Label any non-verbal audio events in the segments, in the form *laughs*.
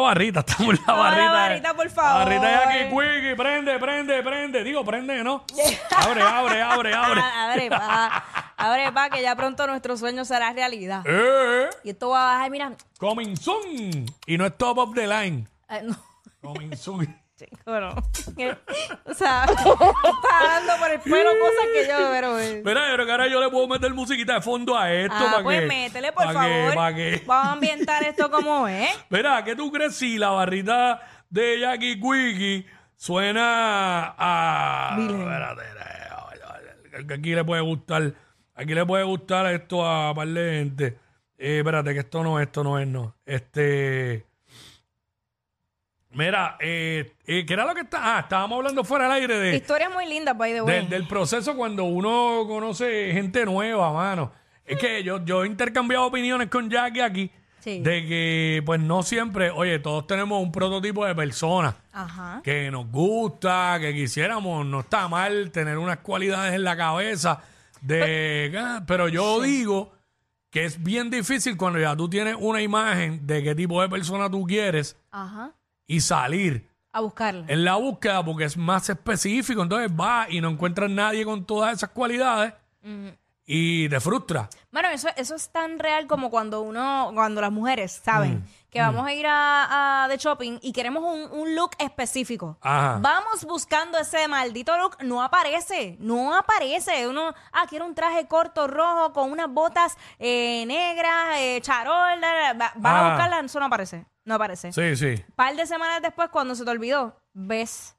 barrita, *laughs* estamos en la barrita. barrita, por favor. La barrita es aquí, quick, y prende, prende, prende. Digo, prende, *laughs* ¿no? Abre, abre, abre, abre. Ah, Abre, pa. Abre, pa, que ya pronto nuestro sueño será realidad. Eh, Y esto va a bajar, mira. coming soon. Y no es top of the line. Ay, eh, no, Coming soon. *laughs* chico, no. o sea, tú estás dando por el pelo cosas que yo, pero. eh. Mira, yo creo que ahora yo le puedo meter musiquita de fondo a esto. Ah, para pues que, métele, por pa' favor. Que, pa' que- Vamos a ambientar esto *laughs* como es. Mira, ¿qué tú crees si la barrita de Jackie Quickie suena a. Espérate, eh, espérate, que aquí le puede gustar. Aquí le puede gustar esto a par de gente. Eh, espérate, que esto no, esto no es, no. Este. Mira, eh, eh, ¿qué era lo que está? Ah, estábamos hablando fuera del aire de. Historias muy lindas, by the way. Del, del proceso cuando uno conoce gente nueva, mano. Es que yo, yo he intercambiado opiniones con Jackie aquí Sí. de que, pues no siempre, oye, todos tenemos un prototipo de personas Ajá. que nos gusta, que quisiéramos, no está mal tener unas cualidades en la cabeza de, ah, pero yo digo que es bien difícil cuando ya tú tienes una imagen de qué tipo de persona tú quieres Ajá. y salir A buscarla. en la búsqueda porque es más específico. Entonces vas y no encuentras nadie con todas esas cualidades y te frustra. Bueno, eso, eso es tan real como cuando uno, cuando las mujeres saben Mm, que vamos a ir a, a- de shopping y queremos un, un look específico. Ajá. Vamos buscando ese maldito look, no aparece, no aparece. Uno, ah, quiero un traje corto rojo con unas botas eh, negras, eh, charol, la, la, la. Va- vas Ah. a buscarla, eso no aparece, no aparece. Sí, sí. Par de semanas después, cuando se te olvidó, ves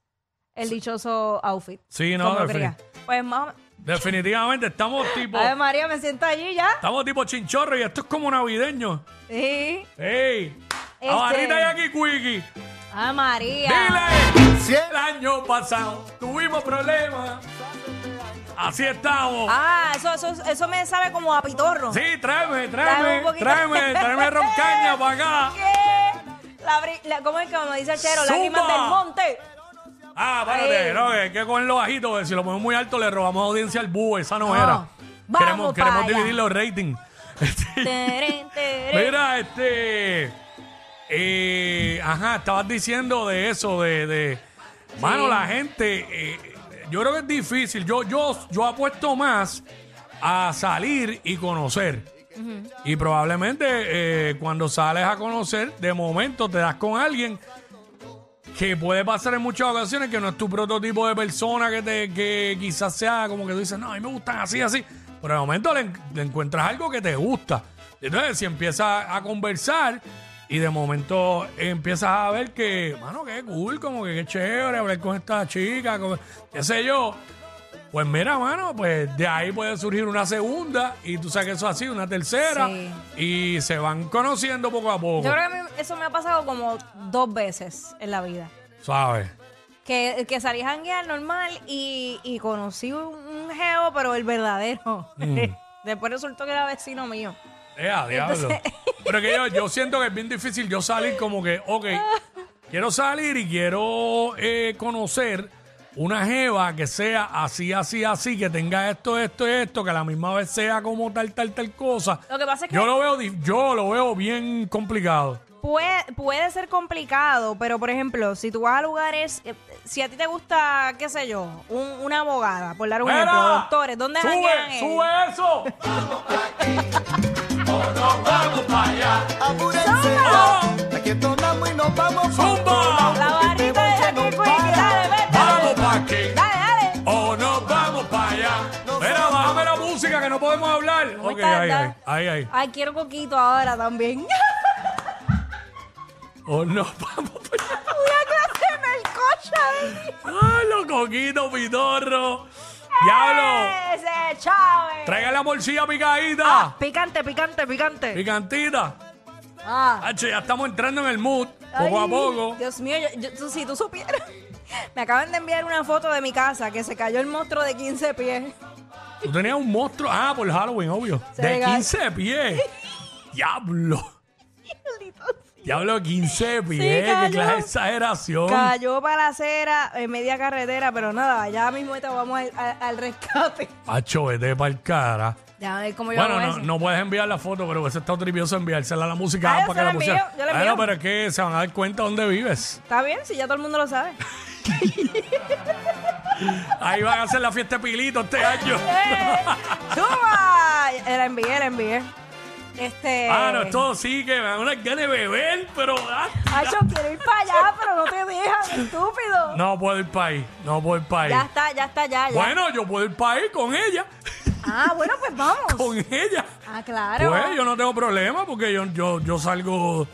el dichoso outfit. Sí, no, Como defini- quería. Pues más, definitivamente estamos tipo, a ver, María, me siento allí ya. estamos tipo chinchorro y esto es como navideño. Sí. ¡Ey! Este- La barrita y aquí, Quickie. Ah, María. Dile, si el año pasado tuvimos problemas, así estamos. Ah, eso, eso, eso me sabe como a pitorro. Sí, tráeme, Dame un tráeme, poquito. tráeme, tráeme roncaña para acá. *laughs* ¿Qué? La, bri- la- ¿Cómo es que como dice el chero? Zumba. Lágrimas del *laughs* monte. Ah, párate, Ahí. no, que hay que cogerlo bajito, porque si lo ponemos muy alto le robamos audiencia al búho, esa no, No. era. Vamos queremos pa' queremos allá. Eh. dividir los ratings. Teren, teren. Mira, este. eh, ajá, estabas diciendo de eso, de. de- mano, la gente. eh, yo creo que es difícil. Yo, yo, yo apuesto más a salir y conocer. Y probablemente eh, cuando sales a conocer, de momento te das con alguien que puede pasar en muchas ocasiones que no es tu prototipo de persona que te que quizás sea como que tú dices, no, a mí me gustan así, así. Pero de momento le, en- le encuentras algo que te gusta. Entonces, si empiezas a conversar y de momento empiezas a ver que, mano, qué cool, como que qué chévere hablar con esta chica, como- qué sé yo. Pues mira, mano, pues de ahí puede surgir una segunda y tú sabes que eso es así, una tercera. Y se van conociendo poco a poco, Yo creo que a mí eso me ha pasado como dos veces en la vida. ¿sabes? Que, que salí a janguear normal y, y conocí un, un geo, pero el verdadero. Mm. *laughs* Después resultó que era vecino mío. Eh, a diablo. Pero que yo, yo siento que es bien difícil yo salir como que, ok, quiero salir y quiero eh, conocer una jeva que sea así, así, así, que tenga esto, esto y esto, que a la misma vez sea como tal, tal, tal cosa. Lo que pasa es que Yo lo veo, dif- yo lo veo bien complicado. Puede, puede ser complicado, pero por ejemplo, si tú vas a lugares, eh, si a ti te gusta, qué sé yo, un- una abogada, por dar un ejemplo, ¡Mira! doctores, ¿dónde janguean ¡Sube, ellos? sube *laughs* eso! Oh, Apúrense, ¡Ah! aquí entonamos y nos vamos con Zumba. toda. La Este barrita de boche Jackie no Quickie, para. dale, vete. ¡Vamos pa' aquí! Dale, dale. ¡O nos vamos para allá! Mira, bájame la música que no podemos hablar. Muy Ok, ahí, tarda. ahí, ahí, ahí. Ay, quiero coquito ahora también. *laughs* ¡O nos *laughs* vamos para allá! Ah, una clase de melcocha. ¿eh? ¡Ay, los coquitos, pitorro! ¡Diablo! Ese Chávez. Traigan la morcilla picadita, Ah, picante, picante, picante. picantita. ah. Hacho, ya estamos entrando en el mood, poco Ay, a poco. Dios mío, yo- yo- tú- si tú supieras. *laughs* Me acaban de enviar una foto de mi casa que se cayó el monstruo de 15 pies. *laughs* Tú tenías un monstruo, ah, por Halloween, obvio. Se de regaló. 15 pies. *laughs* Diablo. Diablo, 15 pies. cayó. Qué clase de exageración. Cayó para la acera, en media carretera, pero nada, ya mismo te vamos al, al- al rescate. *laughs* Hacho, vete pa'l cara. Ya ver cómo yo Bueno, hago no, eso. no puedes enviar la foto, pero hubiese estado trivioso enviársela a la música Ah, app yo para se que la la música. envío, yo la Bueno, envío. pero es que se van a dar cuenta dónde vives. Está bien, si ya todo el mundo *laughs* lo sabe. Ahí van a hacer la fiesta de Pilito este *laughs* año. ¡Eh! ¡Suma! Eh, La envié, la envié. Este. *laughs* Ah, no, esto sí que me dan unas ganas de beber, pero. ah, Acho, quiero ir para allá, pero no te dejan, estúpido. No puedo ir para ahí, no puedo ir para ahí. Ya está, ya está, ya, ya. Bueno, yo puedo ir para ahí con ella, *laughs* Ah, bueno, pues vamos. con ella. Ah, claro. Pues yo no tengo problema porque yo, yo, yo salgo,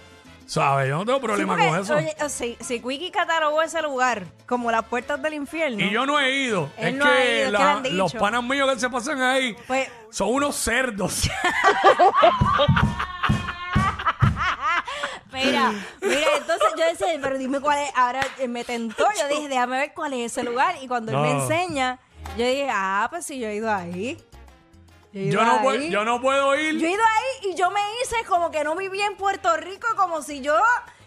¿sabes? Yo no tengo Sí, problema porque, con eso. oye, oh, sí, si Quickie catalogó ese lugar como las puertas del infierno, y yo no he ido. es Él no que, ha ido, es que la- le han dicho. los panas míos que se pasan ahí pues son unos cerdos. Mira, mira, entonces yo decía, pero dime cuál es. Ahora eh, me tentó, yo dije, déjame ver cuál es ese lugar. Y cuando él me No. enseña, yo dije, ah, pues sí, yo he ido ahí. Yo, he ido yo, no ahí. puedo, yo no puedo ir. Yo he ido ahí y yo me hice como que no vivía en Puerto Rico, como si yo,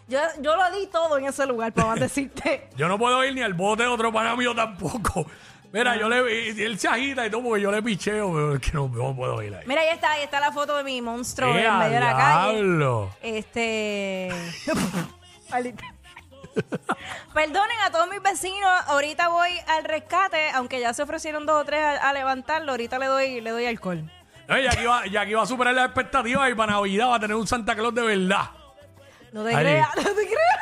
yo, yo lo di todo en ese lugar, para más decirte. Yo no puedo ir ni al bote de otro pana mío tampoco. *laughs* Mira, yo le y él se agita y todo porque yo le picheo, pero es que no, no puedo ir ahí. Mira, ahí está, ahí está la foto de mi monstruo ¡Eh, en a medio de la calle. diablo! Este. *laughs* Maldita. Perdonen a todos mis vecinos. Ahorita voy al rescate, aunque ya se ofrecieron dos o tres a, a levantarlo. Ahorita le doy, le doy alcohol. Oye, aquí va, y aquí va a superar las expectativas y para Navidad va a tener un Santa Claus de verdad. No te Ari. creas, *laughs* no te creas.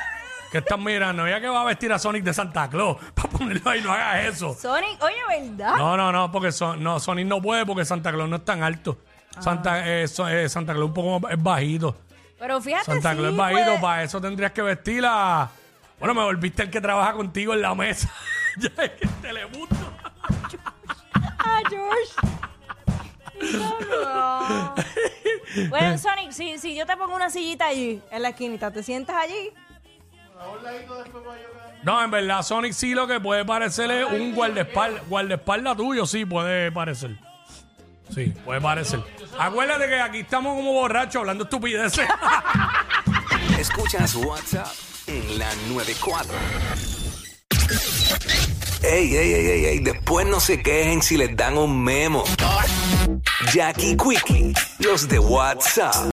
Que están mirando, ya que va a vestir a Sonic de Santa Claus *laughs* para ponerlo ahí, no hagas eso. Sonic, oye, ¿verdad? No, no, no, porque son, no, Sonic no puede porque Santa Claus no es tan alto. Santa, Ah. eh, so- eh, Santa Claus un poco más- es bajito. Pero fíjate Santa sí, pues. Claus es bajito, puede- para eso tendrías que vestirla. Bueno, me volviste el que trabaja contigo en la mesa. *laughs* ya en Telemundo. Ah, *laughs* George. No. bueno, Sonic, si, si yo te pongo una sillita allí, en la esquinita, ¿te sientas allí? No, en verdad, Sonic sí lo que puede parecer es un guardaespaldas. Guardaespaldas tuyo, sí, puede parecer. Sí, puede parecer. Acuérdate que aquí estamos como borrachos hablando estupideces. Escuchas WhatsApp en la 94. Ey, ey, ey, ey, ey, después no se quejen si les dan un memo. Jackie Quickie, los de WhatsApp.